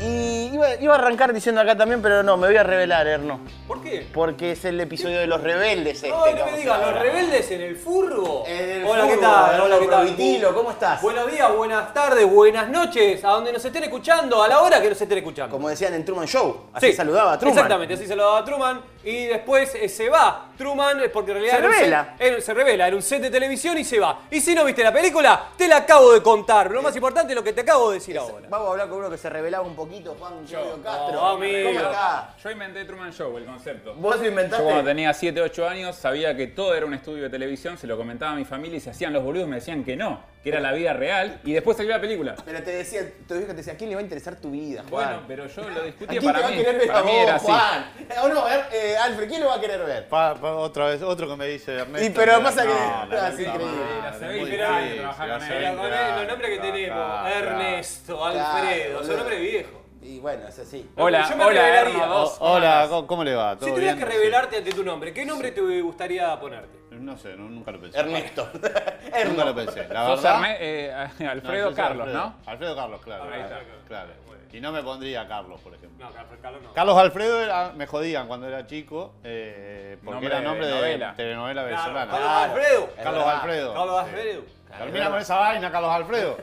iba, iba a arrancar diciendo acá también, pero no, me voy a revelar, Erno. ¿Por qué? Porque es el episodio de los rebeldes este. No, no vamos me a digas, los hablar. rebeldes en el furgo. En el hola, ¿qué furgo, tal? Ernesto Hola, ¿qué tal? Provitilo, ¿cómo estás? Buenos días, buenas tardes, buenas noches, a donde nos estén escuchando, a la hora que nos estén escuchando. Como decían en Truman Show, así Sí, saludaba a Truman. Exactamente, así saludaba a Truman. Y después eh, se va Truman, eh, porque en realidad. Se era un revela. set- era- se revela, era un set de televisión y se va. Y si no viste la película, te la acabo de contar. Lo más importante es lo que te acabo de decir ahora. Vamos a hablar con uno que se revelaba un poquito, Juan Claudio Castro. no, amigo. ¿Cómo está? Yo inventé Truman Show, el concepto. ¿Vos lo Yo cuando inventaste? tenía 7, 8 años sabía que todo era un estudio de televisión, se lo comentaba a mi familia y se hacían los boludos y me decían que no, que era la vida real y después salió la película. Pero te decía, tu viejo te decía, ¿a quién le va a interesar tu vida, Juan? Bueno, pero yo lo ¿A quién discutía te va para a mí, querer ver para a mí vos, era así. Juan? O no, er- eh, Alfred, ¿quién lo va a querer ver? Pa- pa- otra vez, otro que me dice Ernesto. Y pero pasa que- No, la ah, sí, puta increíble. madre, Era Sevilla, muy era- difícil, trabajar era con Mira, él. Sevilla, con él, los nombres que claro, tenemos: claro. Ernesto, Claro, Alfredo, boludo. son nombres viejos. Y bueno, es así. Hola, Yo me hola, revelaría. Erno O- dos. Hola, ¿cómo, cómo le va? Si ¿Todo tuvieras bien? que revelarte ante tu nombre, ¿qué nombre te gustaría ponerte? No sé, no- nunca lo pensé. Ernesto. Nunca lo Ernesto. pensé. La Sos verdad. Arne- eh, no, Alfredo yo soy Carlos, Alfredo. ¿no? Alfredo Carlos, claro. Ahí está. claro, claro. Y no me pondría Carlos, por ejemplo. No, Carlos Carlos no. Carlos Alfredo era- me jodían cuando era chico, eh, porque Nombre era de nombre de, novela. telenovela Claro, venezolana. Carlos Claro. Alfredo. Es Carlos verdad. Alfredo. Carlos sí. Alfredo. Termina con esa vaina, Carlos Alfredo.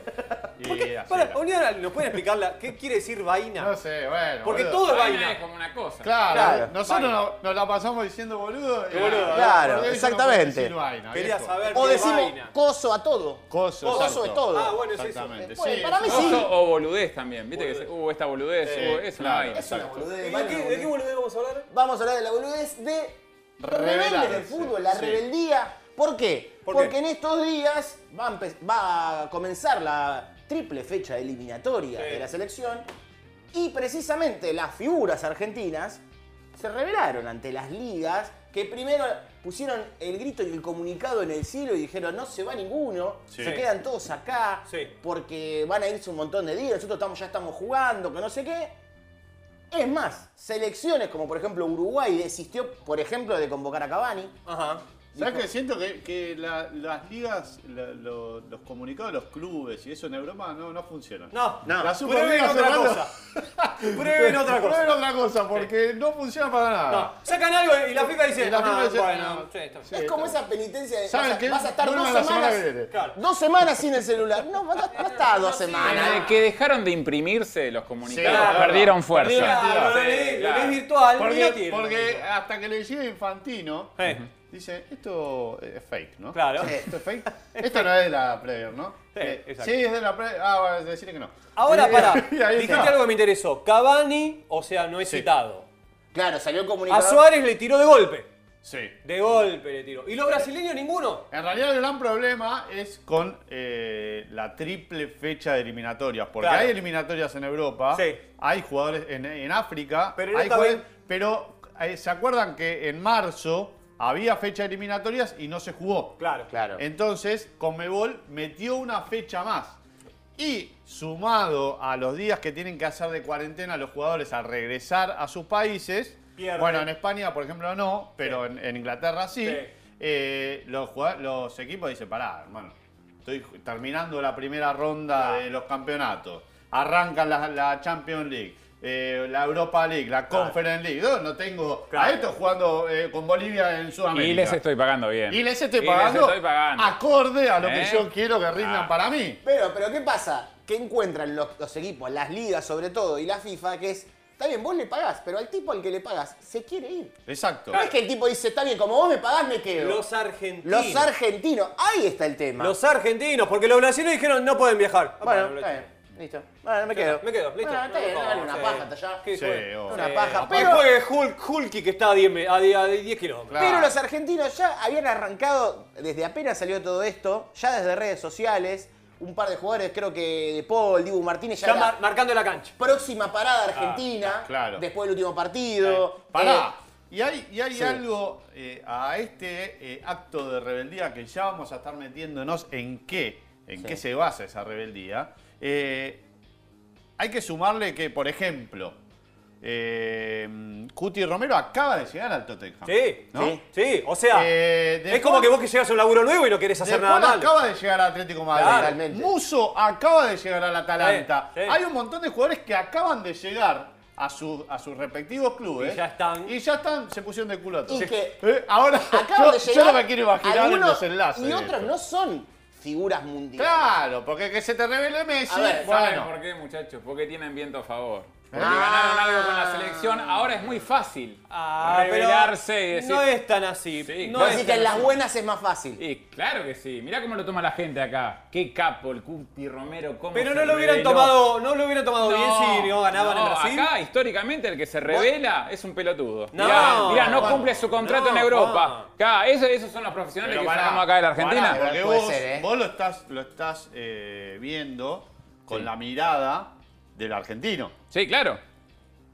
Y ¿Por qué? así Para, era. un día ¿nos pueden explicar la- qué quiere decir vaina? No sé, bueno. Porque boludo. todo es Vaina es vaina. como una cosa. Claro, Claro, nosotros nos, nos la pasamos diciendo boludo. y- boludo, claro, porque eso no exactamente. puede decir vaina, Quería viejo. saber O qué decimos vaina. coso a todo. Coso, Coso exacto. es todo. Ah, bueno, es eso. Exactamente. Bueno, sí, para mí eso- sí. Oso o oh, boludez también, viste que Boludez. se- uh, esta boludez, Sí, uh, es una claro. vaina. Es una exacto. boludez, ¿Y vale, ¿De qué, boludez. de qué boludez vamos a hablar? Vamos a hablar de la boludez de rebeldes Rebelarse, del fútbol, la sí. rebeldía. ¿Por qué? ¿Por Porque qué? en estos días va a, empe- va a comenzar la triple fecha eliminatoria Sí. de la selección y precisamente las figuras argentinas se rebelaron ante las ligas que primero pusieron el grito y el comunicado en el cielo y dijeron no se va ninguno, Sí. se quedan todos acá Sí. porque van a irse un montón de días, nosotros estamos, ya estamos jugando, que no sé qué. Es más, selecciones como por ejemplo Uruguay desistió, por ejemplo, de convocar a Cavani. Ajá. ¿Sabes que Siento que, que la- las ligas, la- lo- los comunicados de los clubes y eso en Europa no, no funcionan. No, No. Prueben La Superliga se otra manda- cosa. Prueben otra cosa. Prueben otra cosa, porque no funciona para No, nada. sacan algo y la FIFA dice, Y la FIFA ah, dice, bueno, ah, sí, está bien. sí. es como esa penitencia de ¿Saben vas a, qué? vas a estar dos Vuelvan la semana semanas, que viene. Claro. dos semanas sin el celular. No, no, no está dos Bueno, semanas. de que dejaron de imprimirse los Sí, comunicados, claro. perdieron fuerza. Perdieron Claro, Claro, lo leí, lo claro. leí virtual, y no Porque, tiene. porque hasta que le llega Infantino, Eh, dice, esto es fake, ¿no? Claro. Sí. Esto es fake. Esto no es de la Premier, ¿no? Sí, Eh, exacto. sí, es de la Premier. Ah, bueno, decirle que no. Ahora, Y- pará, y ahí dijiste está. algo que me interesó. Cavani, o sea, no es citado. Claro, salió el A comunicado. Suárez le tiró de golpe. Sí. De golpe le tiró. ¿Y los brasileños ninguno? En realidad el gran problema es con eh, la triple fecha de eliminatorias, porque Claro. hay eliminatorias en Europa, Sí. hay jugadores en, en África, Pero en hay esta jugadores- vez- pero eh, se acuerdan que en marzo había fecha de eliminatorias y no se jugó. Claro. Claro. Entonces, Conmebol metió una fecha más. Y sumado a los días que tienen que hacer de cuarentena los jugadores al regresar a sus países, Pierden. bueno, en España, por ejemplo, no, pero en, en Inglaterra sí, Sí. eh, los, jugad- los equipos dicen, pará, hermano, estoy ju- terminando la primera ronda de los campeonatos, arrancan la, la Champions League. eh, la Europa League, la Conference League, no, no tengo a Claro. estos jugando eh, con Bolivia en Sudamérica. Y les estoy pagando bien. Y les estoy Y pagando, estoy pagando. acorde a lo ¿Eh? que yo quiero que rindan Ah. para mí. Pero, pero ¿qué pasa? Que encuentran los, los equipos, las ligas sobre todo, y la FIFA, que es, está bien, vos le pagás, pero al tipo al que le pagás se quiere ir. Exacto. No Ah, es que el tipo dice, está bien, como vos me pagás, me quedo. Los argentinos. Los argentinos. Ahí está el tema. Los argentinos, porque los brasileños dijeron no pueden viajar. Ah, Bueno, está bien. Listo. Bueno, me Ya quedo. está, me quedo, listo. Bueno, está bien, No, dale una sí. paja hasta allá. ¿Qué Sí, juega? obvio. Una paja. Aparte Pero, juegue Hulk, Hulky que está a 10, me- a 10, a 10 kilómetros. Claro. pero los argentinos ya habían arrancado, desde apenas salió todo esto, ya desde redes sociales, un par de jugadores, creo que de Paul, Dibu Martínez, ya Ya Ah, era mar- marcando la cancha. próxima parada argentina, claro. después del último partido. Pará. Eh, Y hay, y hay sí. algo eh, a este eh, acto de rebeldía que ya vamos a estar metiéndonos en qué, en Sí. qué se basa esa rebeldía. Eh, hay que sumarle que, por ejemplo, eh, Cuti Romero acaba de llegar al Tottenham. Sí, ¿no? sí, sí. O sea, Eh, es después- como que vos que llegas a un laburo nuevo y no querés hacer De Paul nada malo. acaba de llegar al Atlético de Madrid. Claro. Totalmente. Muso acaba de llegar al Atalanta. Sí, sí. Hay un montón de jugadores que acaban de llegar a, sus- a sus respectivos clubes. Y ya están. Y ya están, se pusieron de culo a todos. Y que Eh, Ahora, acaban yo, de yo llegar no me quiero imaginar algunos el desenlace. Y de otros esto. no son figuras mundiales. Claro, porque que se te revele Messi. A ver, ¿Saben bueno, por qué, muchachos? Porque tienen viento a favor. Porque Ah. ganaron algo con la selección. Ahora es muy fácil Ah, pero revelarse y decir. No es tan así. Sí, no vos es Así que tan en las así. buenas es más fácil. Y claro que sí. Mirá cómo lo toma la gente acá. Qué capo el Cuti Romero. Cómo Pero se no lo hubieran reveló. tomado, no lo hubieran tomado bien si no ganaban no, en Brasil. Acá, históricamente, el que se revela es un pelotudo. No, mirá, mirá, no Juan, cumple su no, contrato en Europa. Acá, esos, esos son los profesionales Pero que pará, sacamos acá de la Argentina. pará, porque Puede vos, ser, ¿eh? vos lo estás, lo estás eh, viendo con Sí. la mirada del argentino, sí, claro.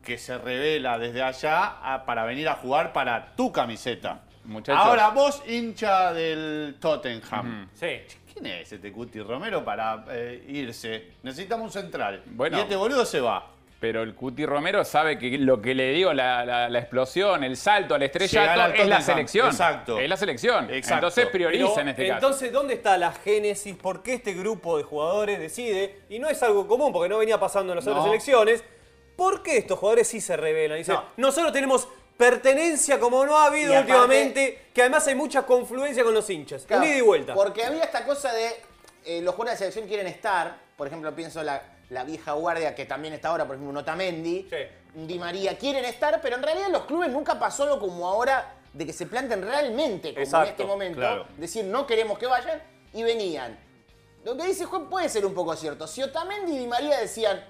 que se revela desde allá a- para venir a jugar para tu camiseta. Muchachos. Ahora vos, hincha del Tottenham. Sí. ¿Quién es este Cuti Romero para eh, irse? Necesitamos un central. Bueno. Y este boludo se va. Pero el Cuti Romero sabe que lo que le digo, la, la- la explosión, el salto al Llegar al estrellato, es la Tottenham, selección. exacto. Es la selección. Exacto. Entonces prioriza Pero, en este caso. entonces, ¿dónde está la génesis? ¿Por qué este grupo de jugadores decide? Y no es algo común, porque no venía pasando en las otras No. elecciones. ¿Por qué estos jugadores sí se revelan? Dicen, No. nosotros tenemos pertenencia como no ha habido Y aparte- últimamente, que además hay mucha confluencia con los hinchas. Claro, Un ida y vuelta. Porque había esta cosa de eh, los jugadores de selección quieren estar. Por ejemplo, pienso la, la vieja guardia que también está ahora, por ejemplo, un Otamendi, Sí. un Di María, quieren estar, pero en realidad en los clubes nunca pasó algo como ahora de que se planten realmente, como Exacto, en este momento, claro. decir no queremos que vayan y venían. Lo que dice Juan puede ser un poco cierto. Si Otamendi y Di María decían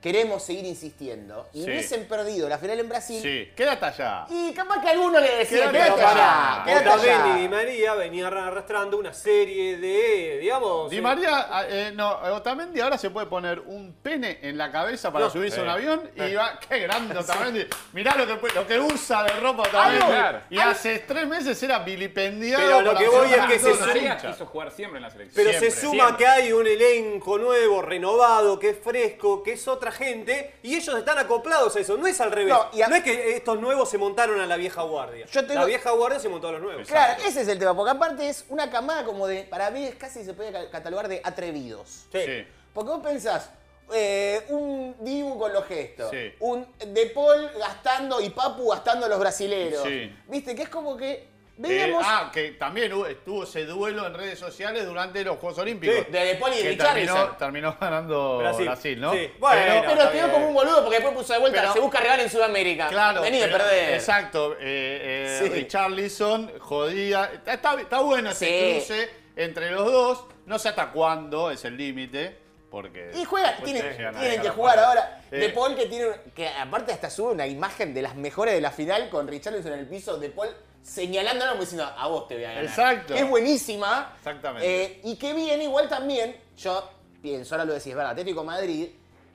queremos seguir insistiendo y Sí. hubiesen perdido la final en Brasil, Sí, quédate allá. y capaz que alguno le decía Quédate quédate acá, allá, quédate Otamendi allá. y Di María venían arrastrando una serie de, digamos... Di eh, María, ah, eh, no, Otamendi ahora se puede poner un pene en la cabeza para No. subirse a un Eh. avión y va, qué grande Otamendi. Mirá lo que, pu- lo que usa de ropa Otamendi. Claro. Y hace tres meses era vilipendiado. Pero lo por que la voy persona es que se no sale- hincha. María quiso jugar siempre en la selección. Pero se Siempre, suma siempre. que hay un elenco nuevo, renovado, que es fresco, que es otra gente, y ellos están acoplados a eso. No es al revés. No, No, y a- es que estos nuevos se montaron a la vieja guardia. Yo tengo- La vieja guardia se montó a los nuevos. Claro, ese es el tema, porque aparte es una camada como de, para mí es casi se puede ca- catalogar de atrevidos. Sí. Sí. Porque vos pensás, eh, un Dibu con los gestos, Sí. un De Paul gastando y Papu gastando a los brasileros. Sí. Viste, que es como que Eh, veíamos ah, que también hubo- estuvo ese duelo en redes sociales durante los Juegos Olímpicos. de De Paul y de Que Richarlison. terminó, terminó ganando Brasil, Brasil. ¿no? Sí. Bueno, Pero, está pero quedó bien. como un boludo porque después puso de vuelta, Pero- se busca rival en Sudamérica. Claro. Vení de pero- perder. Exacto. Eh, eh, Sí. Richarlison, jodía. Está, está- está bueno ese Sí. cruce entre los dos. No sé hasta cuándo es el límite. Porque. Y juegan, después tienen, ustedes llegan a tienen dejar que la jugar pared. Eh, ahora. Sí. De Paul que tiene un- que aparte hasta sube una imagen de las mejores de la final con Richarlison en el piso, De Paul señalándolo como diciendo, a vos te voy a ganar. Exacto. Que es buenísima. Exactamente. Eh, y que bien, igual también, yo pienso, ahora lo decís, es verdad, Atlético Madrid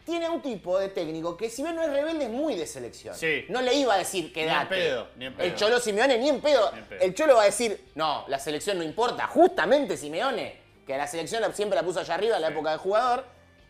tiene un tipo de técnico que si bien no es rebelde, es muy de selección. Sí. No le iba a decir en quedate. pedo, ni en pedo. El Cholo Simeone ni en pedo. Ni en pedo. El Cholo va a decir, no, la selección no importa. Justamente Simeone, que a la selección la- siempre la puso allá arriba en la época del jugador,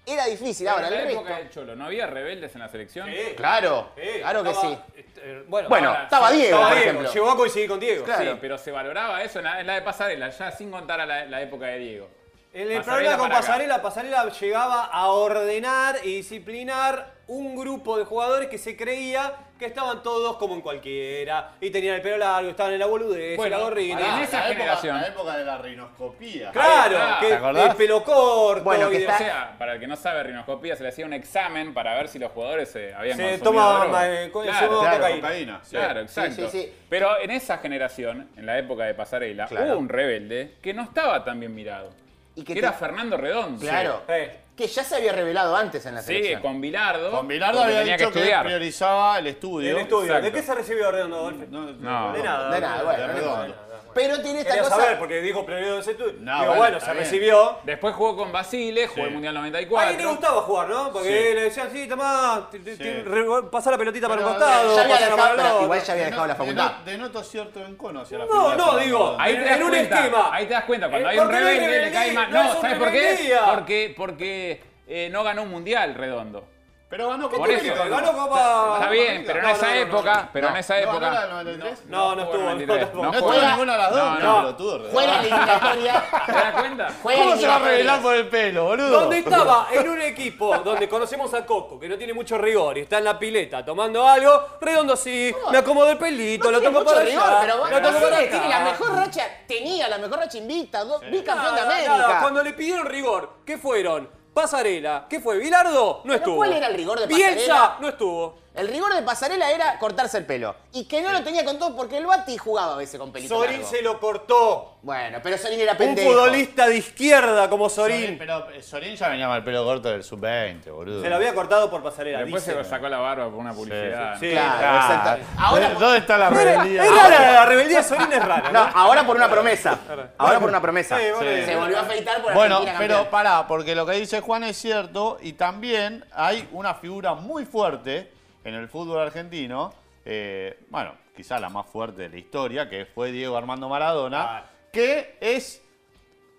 era difícil. Ahora, en la el resto... época del Cholo, ¿no había rebeldes en la selección? Sí. Claro, Eh, claro que estaba- sí. eh, Bueno, Bueno, ahora- estaba Diego, estaba por Diego, ejemplo. Llegó a coincidir con Diego. Claro. Sí, pero se valoraba eso en la, en la de Pasarela, ya sin contar a la, la época de Diego. El, el Pasarela problema con para acá. Pasarela, Pasarela llegaba a ordenar y disciplinar un grupo de jugadores que se creía que estaban todos como en cualquiera y tenían el pelo largo, estaban en la boludez, Bueno, en la pará, gorrina. en esa la época- generación. la época de la rinoscopía. está. Claro, ¿Te que acordás? el pelo corto. Bueno, que y está- demás. O sea, para el que no sabe rinoscopía, se le hacía un examen para ver si los jugadores se habían Se consumido tomaban, droga. eh, co- claro, consumo- Claro, cocaína. cocaína. sí. claro, exacto. sí, sí. Pero en esa generación, en la época de Pasarela, Claro. hubo un rebelde que no estaba tan bien mirado. Y Y que que, te- era Fernando Redondo. Claro. Eh. Que ya se había revelado antes en la Sí, selección. con Bilardo. Con Bilardo porque había tenía dicho que que, estudiar. priorizaba el estudio. El estudio. ¿De Exacto. qué se recibió Redondo, Adolfo? No, No. de De nada. nada. De nada, bueno, de no redondo. importa. Pero tiene esta Quería cosa... saber, porque dijo primero ese estudio. No, Digo, bueno, bueno, está se bien. recibió. Después jugó con Basile, jugó el Mundial A 94. él le gustaba jugar, ¿no? Porque Sí. le decían, sí, tomá, t- t- Sí. t- re- pasá la pelotita para un Pero, costado, ya había pasá la dejado, para el pero otro. igual ya había dejado la Deno- facultad. Denoto cierto encono hacia la No, figura no, de digo, Fernando. Ahí en, te das en un cuenta, esquema. Ahí te das cuenta, cuando Eh, hay un porque no es rebelde le cae rebeldía, mal. no No, es ¿sabes por qué? rebeldía. Porque, porque eh, no ganó un mundial redondo. Pero ganó Por Copa eso. América, Ganó Copa. Está bien, pero en Ah, No, esa no, no, época, no. pero en esa ¿No ganó la del época. 93? No, no estuvo, jugó en el 93, no, no. No jugó. estuvo ninguna de las dos. No, No, no. pelotudo, ¿verdad? Juega la eliminatoria. ¿Te das cuenta? Juega ¿Cómo se va a eliminatoria. revelar por el pelo, boludo? Donde estaba en un equipo donde conocemos a Coco, que no tiene mucho rigor y está en la pileta tomando algo, redondo así, me acomodo el pelito, No lo toco toco para allá, pero bueno, lo toco para tiene, acá. tiene la mejor racha, tenía la mejor racha invicta, do- bicampeón de Nada, América. nada, Cuando le pidieron rigor, ¿qué fueron? Pasarela, ¿qué fue? ¿Bilardo? No estuvo. ¿cuál era el rigor de Bielsa, Pasarela? no estuvo. El rigor de pasarela era cortarse el pelo. Y que no lo tenía con todo porque el Bati jugaba a veces con pelito Sorín largo. se lo cortó. Bueno, pero Sorín era Un pendejo. futbolista de izquierda como Sorín, Sorín. pero eh, Sorín ya venía con el pelo corto del sub-20, boludo. Se lo había cortado por pasarela. Después se dice. lo sacó la barba por una publicidad. sí. Claro, Ah, exacto. Ahora, ¿dó- ¿Dónde está la rebeldía? Es rara, la rebeldía de Sorín es no, rara. ¿no? ahora por una promesa. Ahora por una promesa. Sí, bueno, Se volvió a afeitar por Bueno, Argentina pero campeón. pará, porque lo que dice Juan es cierto y también hay una figura muy fuerte en el fútbol argentino, eh, bueno, quizá la más fuerte de la historia, que fue Diego Armando Maradona, Ah. que es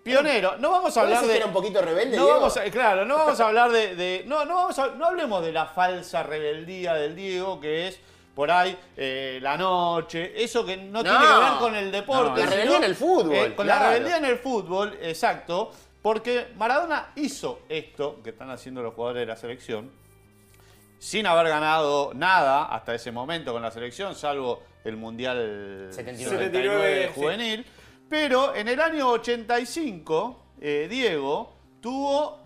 pionero. No vamos a ¿Vos decís hablar que de... era un poquito rebelde, No Diego? vamos a- claro, no vamos a hablar de, de- no, no vamos a- no hablemos de la falsa rebeldía del Diego que es por ahí eh, la noche, eso que no, tiene que ver con el deporte. No, la sino, eh, rebeldía en el fútbol, con la claro. rebeldía en el fútbol, exacto, porque Maradona hizo esto que están haciendo los jugadores de la selección sin haber ganado nada hasta ese momento con la selección, salvo el Mundial 79. 79, sí. juvenil. Pero en el año 85, eh, Diego tuvo.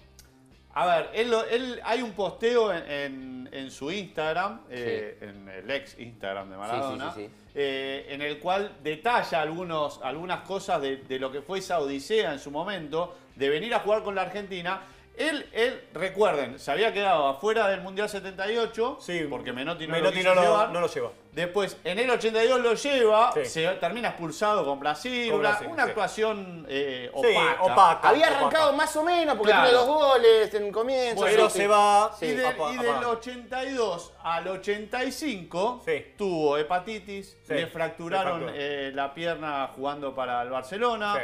A ver, él, lo- él- hay un posteo en, en- en su Instagram, eh, en el ex Instagram de Maradona, sí, sí. eh, en el cual detalla algunos, algunas cosas de, de lo que fue esa odisea en su momento, de venir a jugar con la Argentina. Él, él, recuerden, se había quedado afuera del Mundial 78, Sí, porque Menotti no Menotti lo no quiso lo- llevar. no lo llevó. Después, en el 82 lo lleva, Sí. se termina expulsado con Brasil, Con una- Brasil, una sí. actuación eh, Sí, opaca. opaca. Había opaca. arrancado más o menos porque Claro. tiene dos goles en comienzo. Pero sí, se sí. va. Y, Sí. del- apa- y del apa. 82 al 85 Sí. tuvo hepatitis, Sí, le fracturaron le fracturó. eh, la pierna jugando para el Barcelona, Sí.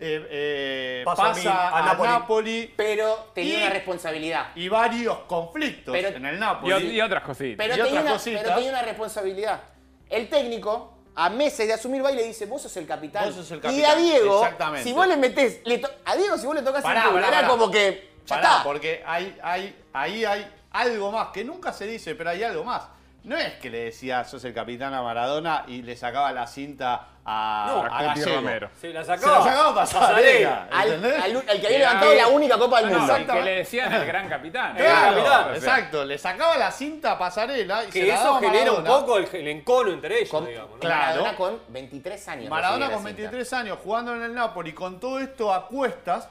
eh, eh, Pasa pasa, a Mil- a a, Napoli. Napoli. Pero tenía Y- una responsabilidad. y varios conflictos Pero- en el Y, o- Napoli. y otras cositas. Pero, Y tenía otras una, cositas. pero tenía una responsabilidad. El técnico, a meses de asumir, va y le dice, vos sos el capitán. Vos sos el Y a capitán, Diego, exactamente. si vos le metés, le to- a Diego si vos le tocas Pará, el culo, pará, era pará. como que, ya Pará, está. porque hay, hay, ahí hay algo más, que nunca se dice, pero hay algo más. No es que le decía sos el capitán a Maradona y le sacaba la cinta a, No, a a Cuti Gallego. Romero. Se la Se la sacaba sacaba. pasarela, Al, ¿entendés? al- al que había Era- levantado la única Copa del No, Mundo. no, el que le decían el gran capitán. Claro, Era capitán, o sea. exacto, le sacaba la cinta a pasarela y se Que la daba eso a genera un Maradona. poco el, el encono entre ellos, Con- digamos. ¿no? claro. Maradona con 23 años. Maradona recibía con la cinta. 23 años jugando en el Napoli, con todo esto a cuestas,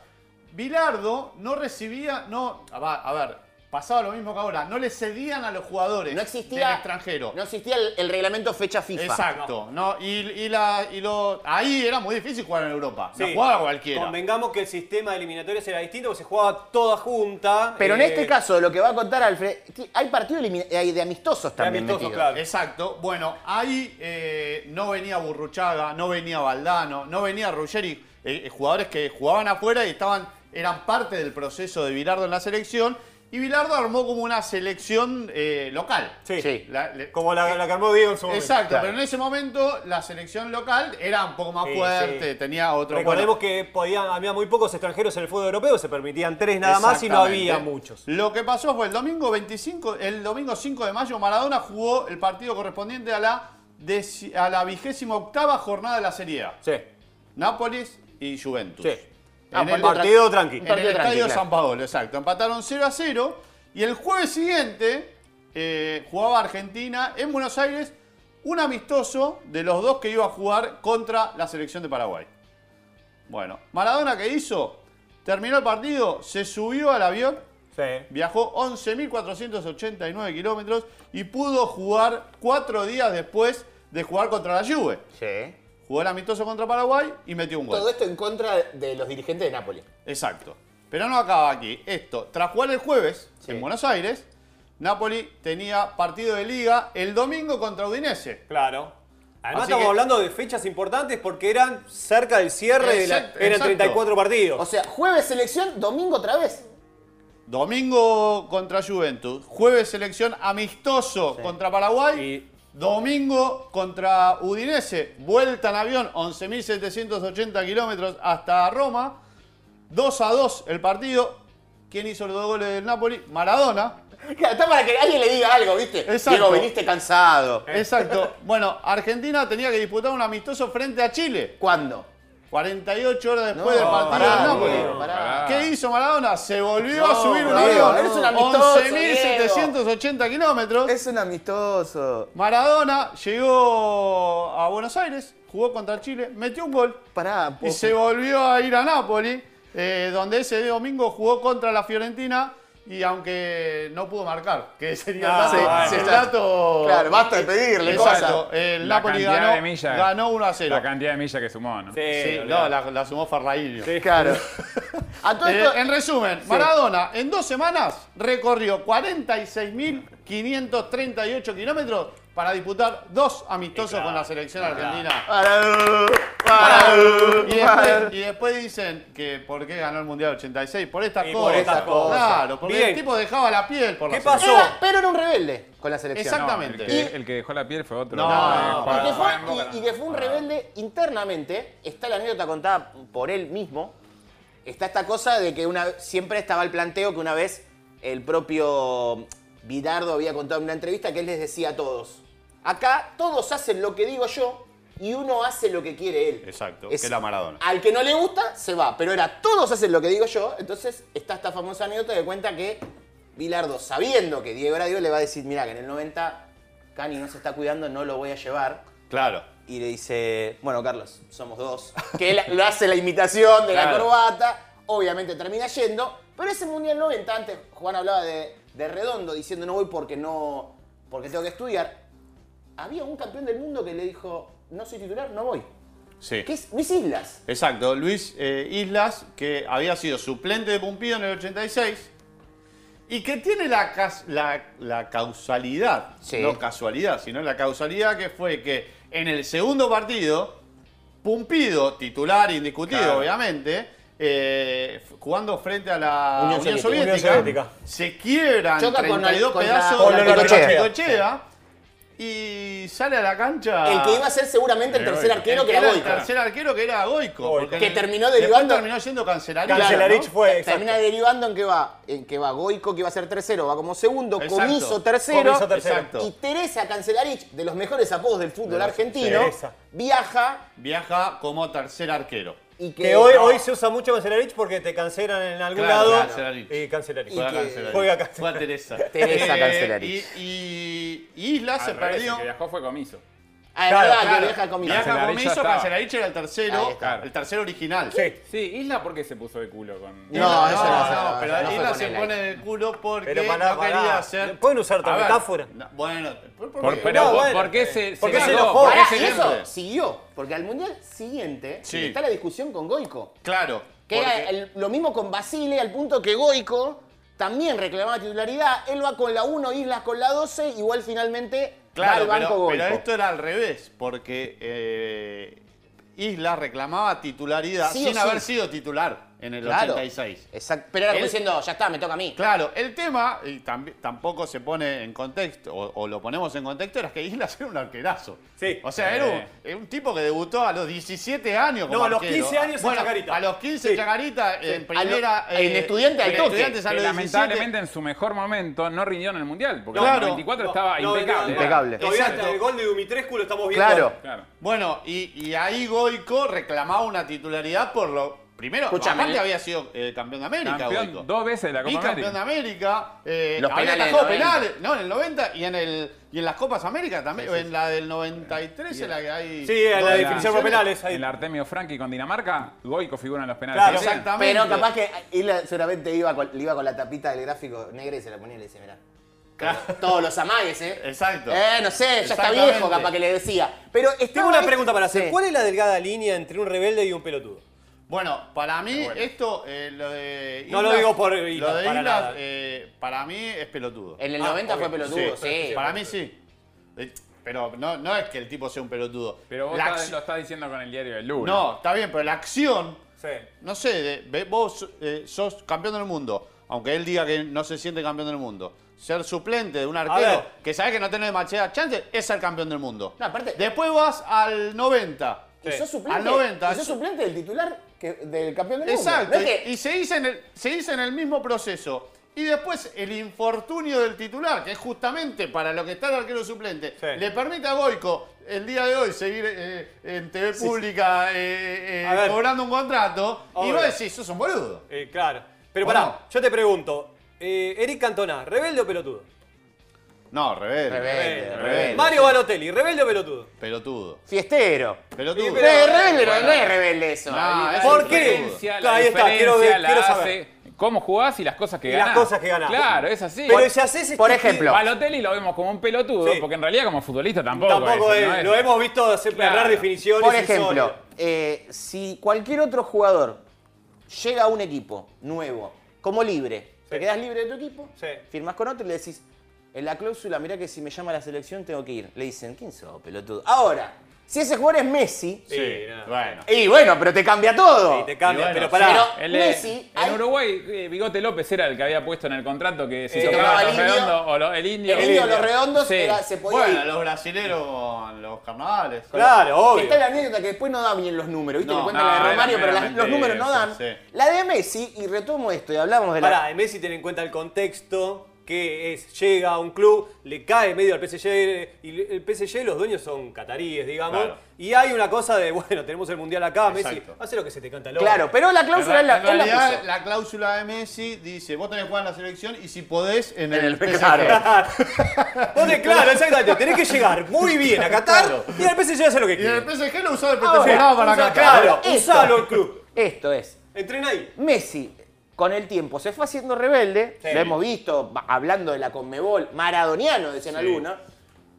Bilardo no recibía, no, a va- a ver, pasaba lo mismo que ahora, no le cedían a los jugadores No existía, del extranjero. No existía el, el reglamento fecha FIFA. Exacto, no, y, y la, y lo, ahí era muy difícil jugar en Europa, Sí. no jugaba cualquiera. Convengamos que el sistema de eliminatorias era distinto, porque se jugaba toda junta. Pero en eh, este caso, lo que va a contar Alfred, ti- hay partidos elimi- eh, de amistosos también amistosos, metidos. claro. Exacto, bueno, ahí eh, no venía Burruchaga, no venía Valdano, no venía Ruggeri, eh, eh, jugadores que jugaban afuera y estaban, eran parte del proceso de Bilardo en la selección, y Bilardo armó como una selección eh, local. Sí. Sí. La- le- Como la, la que armó Diego en su momento. Exacto, Claro. pero en ese momento la selección local era un poco más Sí, fuerte, sí. tenía otro Recordemos que podían, había muy pocos extranjeros en el fútbol europeo, se permitían tres nada más y no Exactamente. había muchos. Lo que pasó fue el domingo 25, el domingo 5 de mayo, Maradona jugó el partido correspondiente a la, deci- a la vigésima octava jornada de la Serie A. Sí. Nápoles y Juventus. Sí. Ah, en el, partido Partido tranquilo. en partido el tranqui, estadio claro. San Paolo, exacto. Empataron 0 a 0 y el jueves siguiente eh, jugaba Argentina en Buenos Aires un amistoso de los dos que iba a jugar contra la selección de Paraguay. Bueno, Maradona que hizo, terminó el partido, se subió al avión, Sí. viajó 11.489 kilómetros y pudo jugar cuatro días después de jugar contra la Juve. Sí. Jugó el amistoso contra Paraguay y metió un gol. Todo esto en contra de los dirigentes de Nápoles. Exacto. Pero no acaba aquí. Esto, tras jugar el jueves Sí. en Buenos Aires, Napoli tenía partido de liga el domingo contra Udinese. Claro. Además Así estamos que- hablando de fechas importantes porque eran cerca del cierre, de la- Exacto, eran exacto. 34 partidos. O sea, jueves selección, domingo otra vez. Domingo contra Juventus, jueves selección amistoso contra Paraguay, domingo contra Udinese, vuelta en avión 11.780 kilómetros hasta Roma, 2 a 2 el partido. ¿Quién hizo los dos goles del Napoli? Maradona. Claro, está para que alguien le diga algo, ¿viste? Exacto. Diego, viniste cansado. Exacto. Bueno, Argentina tenía que disputar un amistoso frente a Chile. ¿Cuándo? 48 horas después del No, partido pará, del Napoli. Diego, pará. ¿Qué hizo Maradona? Se volvió a No, subir un Diego, avión. eres un amistoso, 11.780 kilómetros. Es un amistoso. Maradona llegó a Buenos Aires, jugó contra Chile, metió un gol Pará, y po- se volvió a ir a Nápoli, eh, donde ese domingo jugó contra la Fiorentina y aunque no pudo marcar, que sería el Ah, dato. bueno. el está- dato- Claro, basta de pedirle cosas. Exacto, el La Napoli cantidad ganó, de millas. ganó 1 a 0. La Eh, cantidad de millas que sumó, ¿no? Sí, olvidate. no, la, la sumó Ferraíño. Claro. A todo Eh, esto, en resumen, Maradona en dos semanas recorrió 46.538 kilómetros para disputar dos amistosos Claro, con la selección argentina. Pará, Y después, y después dicen que por qué ganó el Mundial 86, por estas Y cosas. por estas cosas. Claro, porque Bien. el tipo dejaba la piel por la ¿Qué pasó? selección. Era- pero era un rebelde con la selección. Exacto. el, exactamente. que, Y- el que dejó la piel fue otro. No, Ah, no, Y que, fue, Juan- Juan Boca y- no. y que fue un rebelde internamente. Está la anécdota contada por él mismo. Está esta cosa de que una, siempre estaba el planteo que una vez el propio Vidardo había contado en una entrevista que él les decía a todos: Acá todos hacen lo que digo yo y uno hace lo que quiere él. Exacto, que era Maradona. Al que no le gusta, se va. Pero era todos hacen lo que digo yo. Entonces está esta famosa anécdota que cuenta que Vilardo, sabiendo que Diego era Dios, le va a decir: Mira, que en el 90 Cani no se está cuidando, no lo voy a llevar Claro. y le dice, bueno, Carlos, somos dos. Que él lo hace la imitación de la Claro. corbata, obviamente termina yendo, pero ese Mundial 90, antes Juan hablaba de, de Redondo diciendo no voy porque no, porque tengo que estudiar. Había un campeón del mundo que le dijo, no soy titular, no voy. Sí. Que es Luis Islas. Exacto, Luis eh, Islas, que había sido suplente de Pumpido en el 86 y que tiene la, cas- la- la causalidad, Sí. no casualidad, sino la causalidad que fue que en el segundo partido, Pumpido, titular indiscutido Claro. obviamente, eh, f- jugando frente a la Unión Unión, Soviética. Soviética, Unión Soviética. se quiebran Choca con 32 la- con la- pedazos con de la Necochea. Necochea, y sale a la cancha El que iba a ser seguramente el Eh, tercer Goico. arquero que Ah. el era El Goico. tercer arquero que era Goico. Goico. porque Que en- terminó después derivando- terminó siendo Cancelarich. Cancelarich ¿no? fue, exacto. Termina derivando en que va, en que va Goico, que iba a ser tercero, va como segundo, Exacto. comiso tercero. Comiso tercero. Y Teresa Cancelarich, de los mejores apodos del fútbol argentino, Teresa. viaja Viaja como tercer arquero. y que, Que hoy, hoy se usa mucho Cancelarich porque te cancelan en algún Claro, lado. Cancelarich. Y Cancelarich. Y que- Juega Cancelarich. Fue a Teresa. Eh, Teresa Cancelarich. Y, y Isla se Al revés, perdió. El que viajó fue comiso. Ah, es Claro, verdad Claro, que viaja comiso. Viaja Cancelarich ya comiso, estaba. Cancelarich era el Ahí tercero, está. el tercero original. Sí. Sí, Isla, ¿por qué se puso de culo con.? No, eso no, no, eso no, pero eso no fue Isla con se él pone en el culo porque Pero pará, no quería pará. hacer. ¿Pueden usar otra A ver, metáfora? no, bueno, ¿por, por Por- qué? pero, No, ¿por- bueno. ¿por qué se, ¿Por qué se negó? enojó? ¿Por qué Pará, se y ese eso nombre? siguió, porque al mundial siguiente Sí. está la discusión con Goico. claro. Que porque- era el- lo mismo con Basile, al punto que Goico también reclamaba titularidad. Él va con la 1, Islas con la 12, igual finalmente va Claro, al banco pero, Goico. pero esto era al revés, porque eh, Isla reclamaba titularidad Sí o sin sí. haber sido titular en el Claro. 86. Exacto. Pero era como Él- diciendo, ya está, me toca a mí. Claro, el tema, y tambi- tampoco se pone en contexto, o, o lo ponemos en contexto, era que Isla era un arquerazo. Sí. Eh. O sea, era un, era un tipo que debutó a los 17 años. como No, a los arquero. 15 años en Bueno, Chacarita. A los 15 Sí. Chacarita, en A lo- primera. eh, en Estudiantes al en toque, Estudiantes a Que los 17. lamentablemente en su mejor momento no rindió en el mundial, porque Claro. en el 24 No, estaba no, impecable. no, no, Impecable. Todavía hasta Exacto. el gol de Dumitrescu lo estamos viendo. Claro. Bueno, y, y ahí Goico reclamaba una titularidad por lo. Primero, Escúchame. aparte había sido eh, campeón de América, Campeón Goico. dos veces de la Y Copa campeón de América. América. eh, Los había penales atajado del 90. penales. No, en el 90 y en, el, y en las Copas América también. En la del 93 en la que hay. Sí, en dos la definición por definiciones. penales. ahí. El Artemio Franchi con Dinamarca, Goico figura en los penales. Claro, también. Exactamente. Pero capaz que él seguramente iba con, le iba con la tapita del gráfico negra y se la ponía y le decía, mirá. Todos los amagues, ¿eh? Exacto. Eh, no sé, ya está Exactamente. viejo capaz que le decía. Pero Tengo este- una pregunta para Sí. hacer. ¿Cuál es la delgada línea entre un rebelde y un pelotudo? Bueno, para mí esto, eh, lo de. No lo digo por Islas, Lo de para Islas, nada. eh, para mí es pelotudo. En el Ah, 90 fue ok, pelotudo, sí. Para mí sí. Eh, Pero no, no es que el tipo sea un pelotudo. Pero vos La estás- acci- lo estás diciendo con el diario del lunes. No, está bien, pero la acción Sí. No sé, de- ve- vos eh, sos campeón del mundo. aunque él diga que no se siente campeón del mundo, ser suplente de un ver. arquero que sabe que no tiene demasiadas chances es ser campeón del mundo. No, aparte- Después vas al 90. Y sos Al suplente, 90. y sos suplente del titular que- del campeón del mundo. Exacto. No es que- Y y se hizo, en el, se hizo en el mismo proceso. Y después el infortunio del titular, que es justamente para lo que está el arquero suplente, Sí. le permite a Goico el día de hoy seguir eh, en TV pública eh, eh, A ver. cobrando un contrato. Y Obvio. vos decís, sos un boludo. Eh, claro. Pero Bueno. pará, yo te pregunto. eh, Eric Cantona, ¿rebelde o pelotudo? No, rebelde. Rebelde, rebelde. Mario Balotelli, ¿rebelde o pelotudo? Pelotudo. Fiestero. Pelotudo. No, es rebelde, no, no es rebelde eso. No, es ¿Por un qué? pelotudo. diferencia, Ahí está, quiero ver- la quiero saber. hace cómo jugás y las cosas que Y las ganás. cosas que ganás. Claro, es así. Pero si haces Por este- ejemplo. Balotelli lo vemos como un pelotudo, Sí. porque en realidad como futbolista tampoco, Tampoco es, es- no es- lo hemos visto hacer Claro. errar definiciones. Por y ejemplo, sólido. eh, si cualquier otro jugador llega a un equipo nuevo, como libre, te Sí. quedas libre de tu equipo, Sí. firmas con otro y le decís, en la cláusula, mirá que si me llama la selección tengo que ir. Le dicen, ¿quién sos, pelotudo? Ahora, si ese jugador es Messi, Sí, Sí, nada. bueno. y bueno, pero te cambia todo. Y te cambia, Y pero bueno, pará. pero- Él, Messi, eh, hay- en Uruguay, eh, Bigote López era el que había puesto en el contrato que si Eh, tocaba tocaba los el indio. redondos o lo- el indio. el niño de los redondos Sí. era- se podía Bueno, ir. los brasileros con los carnavales. Claro, Está la obvio. anécdota que después no dan bien los números, ¿viste? No, que cuentan no, la de era Romario, pero las- los meramente números no eso, dan. sí. La de Messi, y retomo esto, y hablamos de la... Pará, en Messi tiene en cuenta el contexto que es, llega a un club, le cae medio al PSG, y le- el PSG los dueños son cataríes, digamos, Claro. y hay una cosa de, bueno, tenemos el Mundial acá, Messi, Exacto. hace lo que se te canta el ojo. Claro, pero la cláusula es En la, él la realidad, puso. la cláusula de Messi dice, vos tenés que jugar en la selección y si podés en el, el- PSG. claro. Vos te- claro, exactamente, tenés que llegar muy bien a Qatar Claro. y al PSG hace lo que Y en quiere. el PSG lo usaba el Ahora, pretemporada para usa- acá. Claro, Esto. usalo el club. Esto es. Entrena ahí. Messi, con el tiempo, se fue haciendo rebelde. Sí. Lo hemos visto ba- hablando de la Conmebol, maradoniano, decían algunos.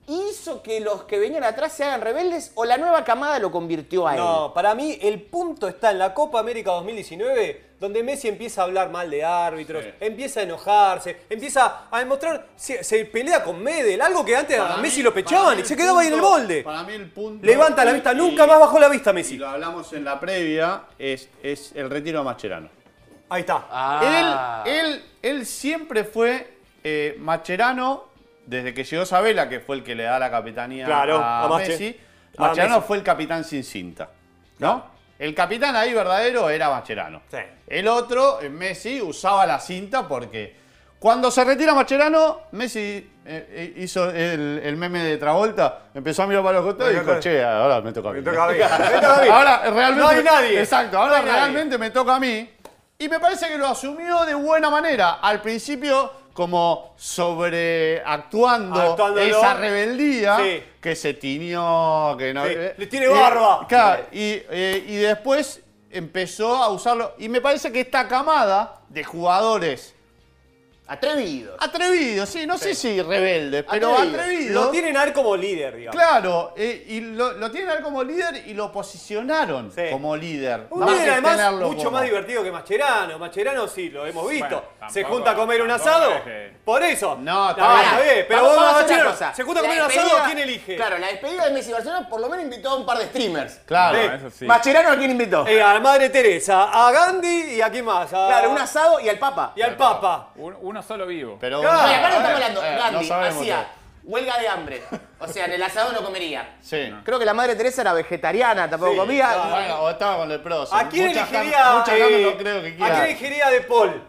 ¿Hizo que los que venían atrás se hagan rebeldes o la nueva camada lo convirtió a él? No, para mí el punto está en la Copa América 2019, donde Messi empieza a hablar mal de árbitros, Sí. empieza a enojarse, empieza a demostrar, se, se pelea con Medel, algo que antes Para a mí- Messi lo para pechaban mí y el se quedaba ahí en el punto- molde. Para mí el punto... Levanta la vista, nunca más bajó la vista Y Messi. lo hablamos en la previa, es, es el retiro de Mascherano. Ahí está. Ah. Él, él, él siempre fue eh, Mascherano, desde que llegó Sabela, que fue el que le da la capitanía Claro, a, a Mache. Messi. A Mascherano Messi. fue el capitán sin cinta, ¿no? El capitán ahí verdadero era Mascherano. Sí. El otro, eh, Messi, usaba la cinta porque cuando se retira Mascherano, Messi eh, eh, hizo el, el meme de Travolta, empezó a mirar para los costados y dijo, che, ahora me toca a mí. Ahora realmente. No hay nadie. Exacto, ahora No hay nadie. realmente me toca a mí. Y me parece que lo asumió de buena manera. Al principio, como sobreactuando Actuándolo. esa rebeldía Sí. que se tiñó, que no. Sí, eh, le tiene eh, barba. claro, y, eh, y después empezó a usarlo. Y me parece que esta camada de jugadores Atrevidos. Ah, atrevidos, sí, no sé si rebeldes, pero Atrevidos. atrevidos. Lo tienen a él como líder, digamos. Claro, eh, y lo, lo tienen a él como líder y lo posicionaron Sí. como líder. Un Más líder que además tenerlo mucho como- más divertido que Mascherano. Mascherano sí, lo hemos visto. Bueno, se tampoco- junta a comer un tampoco asado. es que- Por eso. No, está está bien. bien. Pero Vamos- vos, vamos a hacer una Mascherano, cosa. se junta a La comer un asado, despedida- ¿quién elige? Claro, la despedida de Messi Barcelona por lo menos invitó a un par de streamers. Claro. ¿eh? No, Ah, eso sí. Mascherano, ¿a quién invitó? Eh, a la Madre Teresa, a Gandhi y a quién más. A- Claro, un asado y al Papa. Y al Papa. Un- Uno solo vivo. Pero Claro. Oye, acá no Eh, estamos hablando. eh, no Gandhi sabemos hacía huelga de hambre. O sea, en el asado no comería. todo. Sí. Creo que la madre Teresa era vegetariana, tampoco Sí, comía. claro. Bueno, o estaba con el pros. ¿A quién Muchas elegiría? cam- muchas camas eh, no creo que ¿A quién quiera. elegiría de Paul?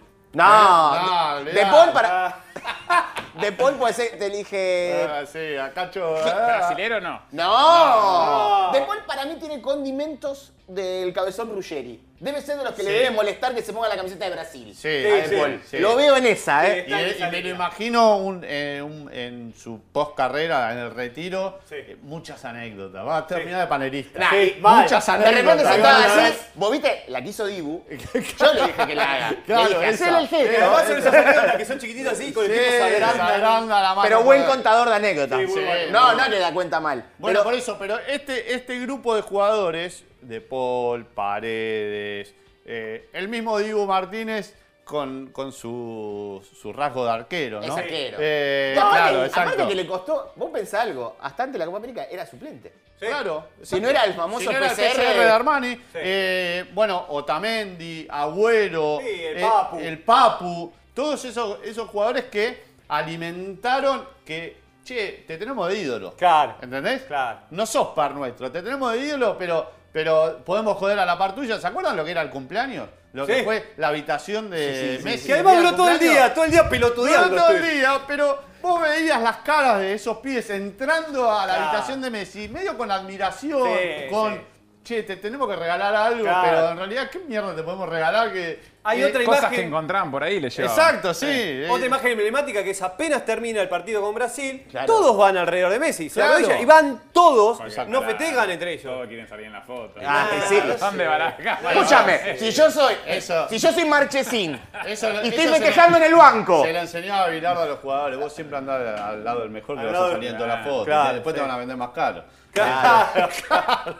No, No, de- olvidá. de Paul para. Ah, De Paul puede ser, te elige. Ah, sí, a Cacho. ah. ¿Brasilero no? No. De Paul para mí tiene condimentos del cabezón Ruggeri. Debe ser de los que le Sí. debe molestar que se ponga la camiseta de Brasil. Sí, Sí, De sí. Paul, sí. Lo veo en esa, ¿eh? Y, y me lo imagino un, eh, un- en su post carrera, en el retiro, Sí. eh, muchas anécdotas. Va a terminar de panelista. Nah, Sí, y- mal. Muchas De repente anécdotas. sentaba Claro, así. claro. Vos viste, la quiso Dibu. Yo le dije que la haga. Claro, le dije, "Hacele esa. el Eh, gesto". además son esas anécdotas que son chiquititas así, con el tipo se Sí, agrandan. se agranda la mano. Pero buen Bueno. contador de anécdotas. Sí, muy bueno. no, no le da cuenta mal. Bueno, Pero- por eso, pero este, este grupo de jugadores, De Paul, Paredes, eh, el mismo Dibu Martínez con, con su, su rasgo de arquero, ¿no? Es arquero. Eh, Y aparte, claro, aparte exacto. que le costó, vos pensás algo, hasta antes de la Copa América era suplente. Sí. Claro. Si no era el famoso Si no era el PCR de Armani. eh, bueno, Otamendi, Agüero, Sí, el eh, Papu. el Papu, todos esos, esos jugadores que alimentaron que, che, te tenemos de ídolo. Claro. ¿Entendés? Claro. No sos par nuestro, te tenemos de ídolo, pero, pero podemos joder a la par tuya. ¿Se acuerdan lo que era el cumpleaños? Lo Sí. que fue la habitación de Messi. Que además el día duró del todo el cumpleaños. día, todo el día Duró pilotudeando. todo el estuve. día, pero vos veías las caras de esos pibes entrando a la Claro. habitación de Messi, medio con admiración, Sí, con. sí. Che, te tenemos que regalar algo, Claro. pero en realidad, ¿qué mierda te podemos regalar? Que, Hay que- otra Cosas imagen- que encontraban por ahí le llevaban. Exacto, sí. eh. Otra imagen emblemática que es apenas termina el partido con Brasil, Claro. todos van alrededor de Messi, se Claro. arrodillan y van todos, Exacto. no festejan entre ellos. Todos quieren salir en la foto. Ah, Ah, sí. no ¿Dónde Barajas? Escúchame, si yo soy. Eso. Si yo soy Marchesín Eso- y eso estoy se- festejando en el banco. Se la enseñaba a Bilardo a los jugadores. Vos siempre andás al- al lado del mejor que Al vas lado a del- salir en todas las fotos. Claro, ¿entendés? Después sí. te van a vender más caro. Claro.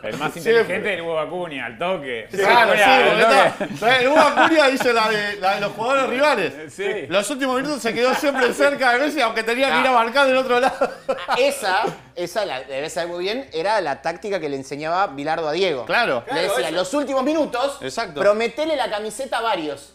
El más Siempre. inteligente del Hugo Acuña, al toque. Claro, sí, Acuña, al toque. porque está- El Hugo Acuña hizo la de, la de los jugadores rivales. Sí. Los últimos minutos se quedó siempre cerca de Messi, aunque tenía que ir a marcar del otro lado. Esa, esa la debes saber muy bien, era la táctica que le enseñaba Bilardo a Diego. Claro. Le decía, eso. los últimos minutos, Exacto. prometele la camiseta a varios.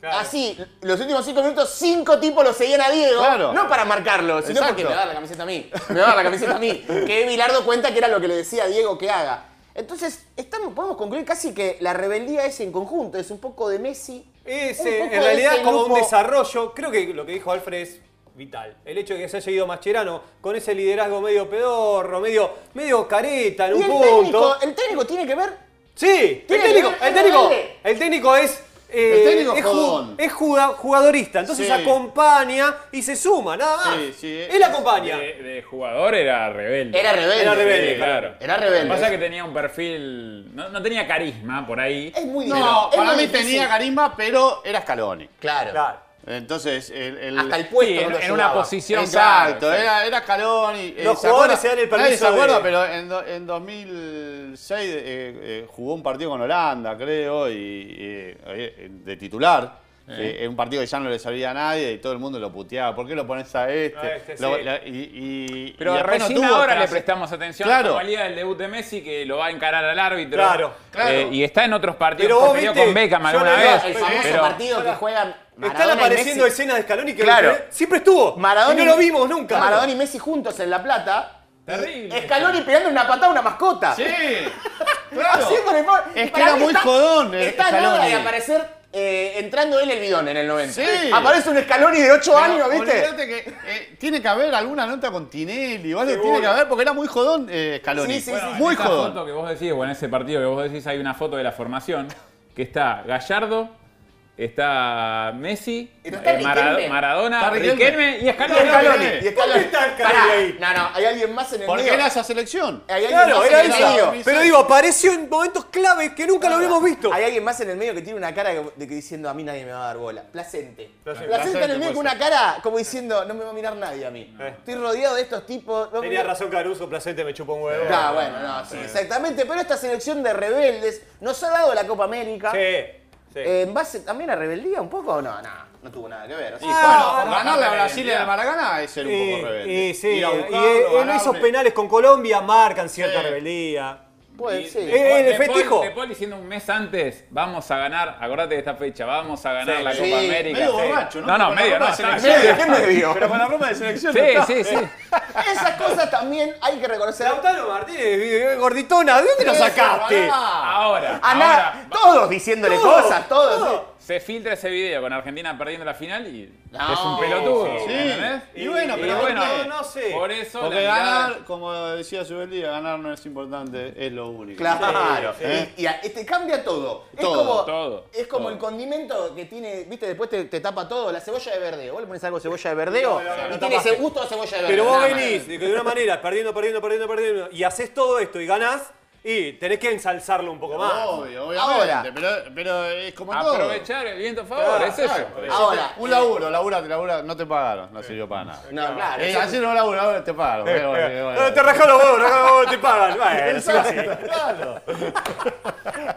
Claro. Así, los últimos cinco minutos, cinco tipos lo seguían a Diego. Claro. No para marcarlo, sino Exacto. porque me va la camiseta a mí. Me va la camiseta a mí. Que Bilardo cuenta que era lo que le decía a Diego que haga. Entonces, estamos, podemos concluir casi que la rebeldía es en conjunto, es un poco de Messi. Es, un eh, poco en de realidad ese como grupo- un desarrollo, creo que lo que dijo Alfred es vital. El hecho de que se haya ido Mascherano con ese liderazgo medio pedorro, medio, medio careta en Y un el punto. técnico, el técnico tiene que ver Sí, el Tiene que técnico, ver, el técnico, dale. el técnico es. eh, El técnico es, ju- jodón. es juga- jugadorista, entonces Sí. acompaña y se suma, nada más. Sí, sí, Él es- acompaña. De, de jugador era rebelde. Era rebelde. Era rebelde, Sí, claro. Era rebelde. Lo que Pasa es que tenía un perfil. No, no tenía carisma por ahí. Es muy difícil. No, es para muy mí difícil. tenía carisma, pero era Scaloni. Claro. Claro. Entonces, el, el- Hasta el Sí, puesto. en, no lo en una llevaba. posición. Exacto, claro, era, era Scaloni. eh, eh. Los ¿se jugadores acuerda? se dan el Nadie se permiso de- acuerda, pero en, do- en 2006 eh, eh, jugó un partido con Holanda, creo, y, eh, eh, de titular. Eh, en un partido que ya no le servía a nadie y todo el mundo lo puteaba. ¿Por qué lo pones a este? A este, Lo- sí. la- y, y- y Pero después no recién tuvo ahora le trans- prestamos atención a Claro. la valía del debut de Messi que lo va a encarar al árbitro. Claro, claro. Eh, y está en otros partidos. Pero vos porque peleó viste, con Beckham yo alguna le digo, vez. El famoso Pero- partido que juegan Maradona Están y apareciendo Messi. escenas de Scaloni que Claro. eh, siempre estuvo. Maradona y no lo vimos nunca. Maradona y Messi juntos en La Plata. Terrible. Escalón y pegando una patada a una mascota. Sí, claro. Haciéndole por- Es que Para era mí muy está- jodón, eh, Está Scaloni. logra de aparecer eh, entrando él el bidón en el 90. Sí. Aparece un Escalón de 8 años, ¿viste? Olvídate que eh, tiene que haber alguna nota con Tinelli, ¿vale? Seguro. Tiene que haber, porque era muy jodón eh, Scaloni. Sí, sí, sí, sí. muy esa jodón. foto que vos decís, o en ese partido que vos decís, hay una foto de la formación que está Gallardo, está Messi, eh, Pero está Riquelme. Maradona, Está Riquelme. Riquelme y Y Scaloni. Scaloni. ¿Por Y qué Scaloni. está Scaloni Pará, ahí? No, no, hay alguien más en el Porque medio. era esa selección. Hay alguien Claro, más era en el esa. medio. Pero digo, apareció en momentos clave que nunca lo habíamos visto. Hay alguien más en el medio que tiene una cara que- de que diciendo a mí nadie me va a dar bola. Placente. Placente, Placente. en el medio Placente, con una cara como diciendo no me va a mirar nadie a mí. Eh. Estoy rodeado de estos tipos. no me- Tenía razón Caruso, placente, me chupa un huevo. Ah, bueno, no, sí, exactamente. Pero esta selección de rebeldes nos ha dado la Copa América. Sí, sí. Eh, En base también a rebeldía un poco, no, no, no tuvo nada que ver. o sea, Y Ah, bueno, no, ganarle a no, Brasil no, en el no. Maracaná es ser un Y- poco rebelde. y sí, Ir a buscarlo, y en- en ganarle. esos penales con Colombia marcan cierta Sí. rebeldía. puede ser. eh, Paul- el de Paul- festejo. de Paul diciendo un mes antes, vamos a ganar, acordate de esta fecha, vamos a ganar Sí, la sí, Copa América. medio sí. borracho, ¿no? No, no, Con la medio, no. ropa de está- selección. eh, ¿Qué medio? Pero con la ropa de selección. Sí, está. sí, sí. Esas cosas también hay que reconocer. Lautaro Martínez, eh, gorditona, ¿de dónde lo Eso, sacaste? pará. Ahora, A ahora na- todos diciéndole Todos, cosas, todos. todos. sí. se filtra ese video con Argentina perdiendo la final y No, es un pelotudo. Sí. ¿entendés? Y bueno, Y pero bueno, no- no sé. Por eso la Porque mirada- ganar, como decía Subeldía, ganar no es importante, es lo único. Claro. Sí, sí. Y, y a- este cambia todo. Es Todo, como, todo, Es como todo. el condimento que tiene, viste, después te, te tapa todo, la cebolla de verdeo. Vos le pones algo de cebolla de verdeo No, no, no, y no tiene ese tapaste. gusto a cebolla de verdeo. Pero vos nada más. venís de que de una manera perdiendo, perdiendo, perdiendo, perdiendo y haces todo esto y ganás y tenés que ensalzarlo un poco más. Obvio, obviamente. Ahora. pero, pero es como todo. Aprovechar el viento a favor, es eso. Ahora. Un laburo, laburaste, laburaste, no te pagaron, no sirvió para nada. No, claro. Eh, hacer un laburo, ahora te pagaron. Eh, Bueno, bueno, eh, bueno. Te rajó los huevos, rajó los huevos, te pagan. Bueno, sí, sí.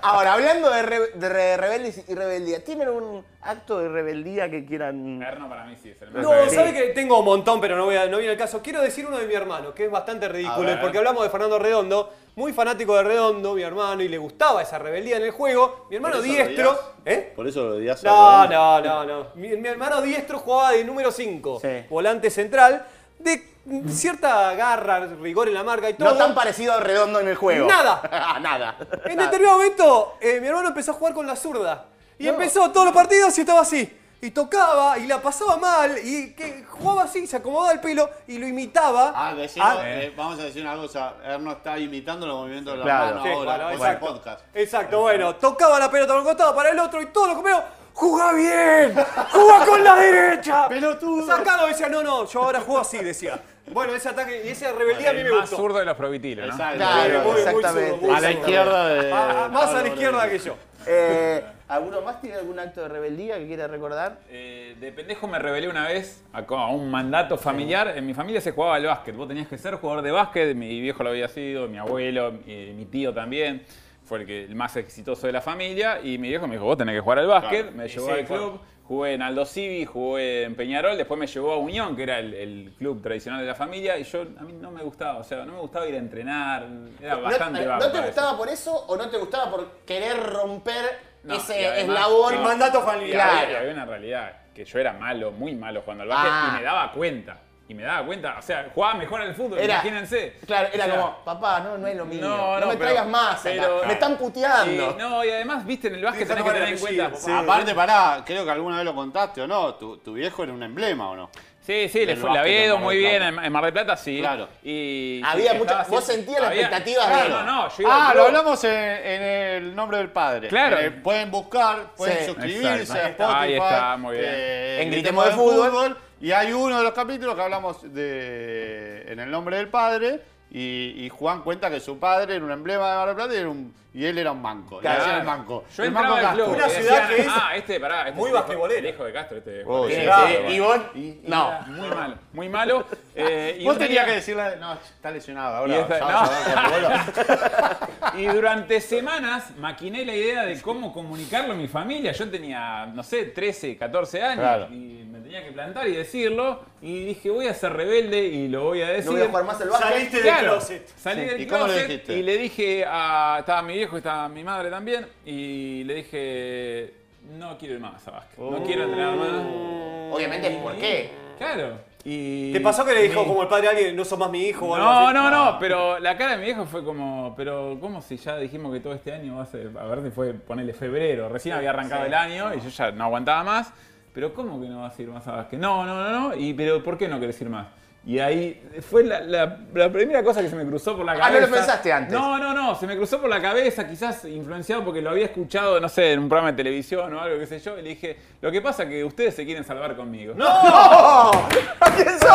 Ahora, hablando de, re- de re- rebeldes y rebeldía, ¿tienen un acto de rebeldía que quieran...? Eterno para mí sí es el más No, grande. ¿sabes que tengo un montón, pero no, voy a, no viene el caso? Quiero decir uno de mi hermano, que es bastante A ridículo, ver. y porque hablamos de Fernando Redondo, muy fanático de redondo, mi hermano, y le gustaba esa rebeldía en el juego. Mi hermano eso diestro. odias- ¿Eh? Por eso lo odias a No, Redondo. no, no, no. Mi, mi hermano diestro jugaba de número 5, Sí. volante central, de cierta garra, rigor en la marca y todo. No tan parecido a Redondo en el juego. Nada. Nada. En Nada. determinado momento, eh, mi hermano empezó a jugar con la zurda. Y empezó todos los partidos y estaba así. Y tocaba y la pasaba mal. Y que jugaba así, se acomodaba el pelo y lo imitaba. Ah, decimos, Ah, eh, vamos a decir una cosa. Erno está imitando los movimientos de la Claro. mano Sí, ahora. bueno, por el exacto. podcast. Exacto, bueno, tocaba la pelota para un costado, para el otro y todos los compañeros. ¡Jugá bien! ¡Jugá con la derecha! Pelotudo. Sacado, decía, no, no, yo ahora juego así, decía. Bueno, ese ataque y esa rebeldía a mí El me más gustó. zurdo de los provitilos, ¿no? Exacto. Claro, muy, muy exactamente. zurdo, muy a la zurdo. izquierda de. Ah, ah, más a la Pablo izquierda que Rodríguez. yo. Eh, ¿Alguno más tiene algún acto de rebeldía que quiera recordar? Eh, de pendejo me rebelé una vez a, co- a un mandato familiar. En mi familia se jugaba al básquet. Vos tenías que ser jugador de básquet. Mi viejo lo había sido, mi abuelo, eh, mi tío también. Fue el, que, el más exitoso de la familia. Y mi viejo me dijo, vos tenés que jugar al básquet. Claro. Me Y llevó sí, al fue. club. Jugué en Aldo Civi, jugué en Peñarol. Después me llevó a Unión, que era el, el club tradicional de la familia. Y yo, a mí no me gustaba. O sea, no me gustaba ir a entrenar. Era bastante eh, ¿No, vago ¿no te para eso. gustaba por eso o no te gustaba por querer romper No, y ese además- eslabón? no, y Claro. había- y había una realidad, que yo era malo, muy malo jugando al básquet Ah. y me daba cuenta. Y me daba cuenta, o sea, jugaba mejor al fútbol, Era- imagínense. Claro, era O sea, como, papá, no, no es lo mío. No, No, no, me pero- traigas más, acá. pero- me están puteando. y- no, y además, viste, en el Sí, básquet tenés que no tener en vale cuenta. apellido, Aparte, pará, creo que alguna vez lo contaste o no. Tu, tu viejo era un emblema o no. Sí, sí, le Del fue, la básquet en Viedo Mar muy del bien en, Plata. en Mar del Plata, sí. Claro. Y, Había sí, mucha- estaba vos siempre- sentías las expectativas de- claro, No, no, yo iba Ah, al lo club- hablamos en, en el nombre del padre. Claro. Eh, pueden buscar, pueden Sí. suscribirse Exacto. a Ahí está, ahí Spotify. está, muy bien. eh, En Gritemos de Fútbol. Y hay uno de los capítulos que hablamos de en el nombre del padre. Y, y Juan cuenta que su padre era un emblema de Mar del Plata y, era un- y él era un manco. Le Claro. decían el manco. Yo el manco entraba al club. Castro. y Una ciudad que es ah, este, pará, este muy es el hijo- basquetbolera. el hijo de Castro, este. Oh, Sí, Jorge. sí, sí, sí. y vos, no. Muy malo, muy malo. eh, y Vos un día- tenías que decirle, no, está lesionado ahora. Y esa- ya no. vas a ver cuando vuelva". Y durante semanas maquiné la idea de cómo comunicarlo a mi familia. Yo tenía, no sé, 13, 14 años Claro. y me tenía que plantar y decirlo. Y dije, voy a ser rebelde y lo voy a decir. No voy a jugar más al básquet. Saliste del Claro, closet. Salí Sí. del ¿Y cómo lo closet dijiste? y le dije a. Estaba mi viejo, estaba mi madre también. Y le dije, no quiero ir más a básquet. No Oh. quiero entrenar más. Obviamente, ¿por qué? Claro. Y ¿Te pasó que le dijo me- como el padre a alguien, no sos más mi hijo o algo no, así? no, no, pero la cara de mi viejo fue como, pero ¿cómo si ya dijimos que todo este año va a ser, a ver si fue, ponele febrero, recién había arrancado el año y yo ya no aguantaba más, pero ¿cómo que no vas a ir más a básquet? No, no, no, no, y pero ¿por qué no querés ir más? Y ahí fue la, la- la primera cosa que se me cruzó por la cabeza. Ah, no lo pensaste antes. No, no, no, se me cruzó por la cabeza, quizás influenciado porque lo había escuchado, no sé, en un programa de televisión o algo, qué sé yo, y le dije, lo que pasa es que ustedes se quieren salvar conmigo. ¿Quién sos?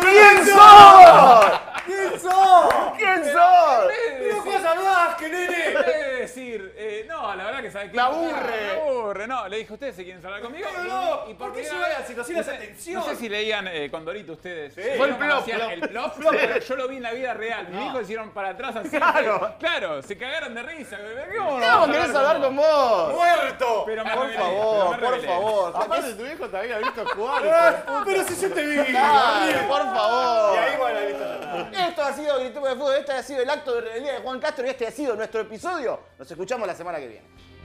¿Quién sos? ¿Quién sos? ¿Quién sos? ¡No juegas al básquet, nene! Debe decir, eh, no, la verdad que sabe que. Me aburre. Me aburre, no. Le dije, ¿ustedes se quieren hablar conmigo? No, no, ¿por qué era- sube la situación, no esa sé- tensión? No sé si leían eh, Condorito ustedes. Fue el ¿Cómo plop, hacían plop. El plop, plop, pero yo lo vi en la vida real. Mi hijo hicieron para atrás así. Claro. Claro, se cagaron de risa. ¿Cómo no? ¿Cómo querés hablar con vos? ¡Muerto! Pero me Por rebelé, favor, pero me por rebelé. favor. Aparte, tu viejo te había visto jugar. Ah, Pero si yo te vi, Dale, amigo. por Y favor. ahí bueno, listo, ya está. Esto ha sido Grito de Fútbol, este ha sido el acto de rebeldía de Juan Castro y este ha sido nuestro episodio. Nos escuchamos la semana que viene.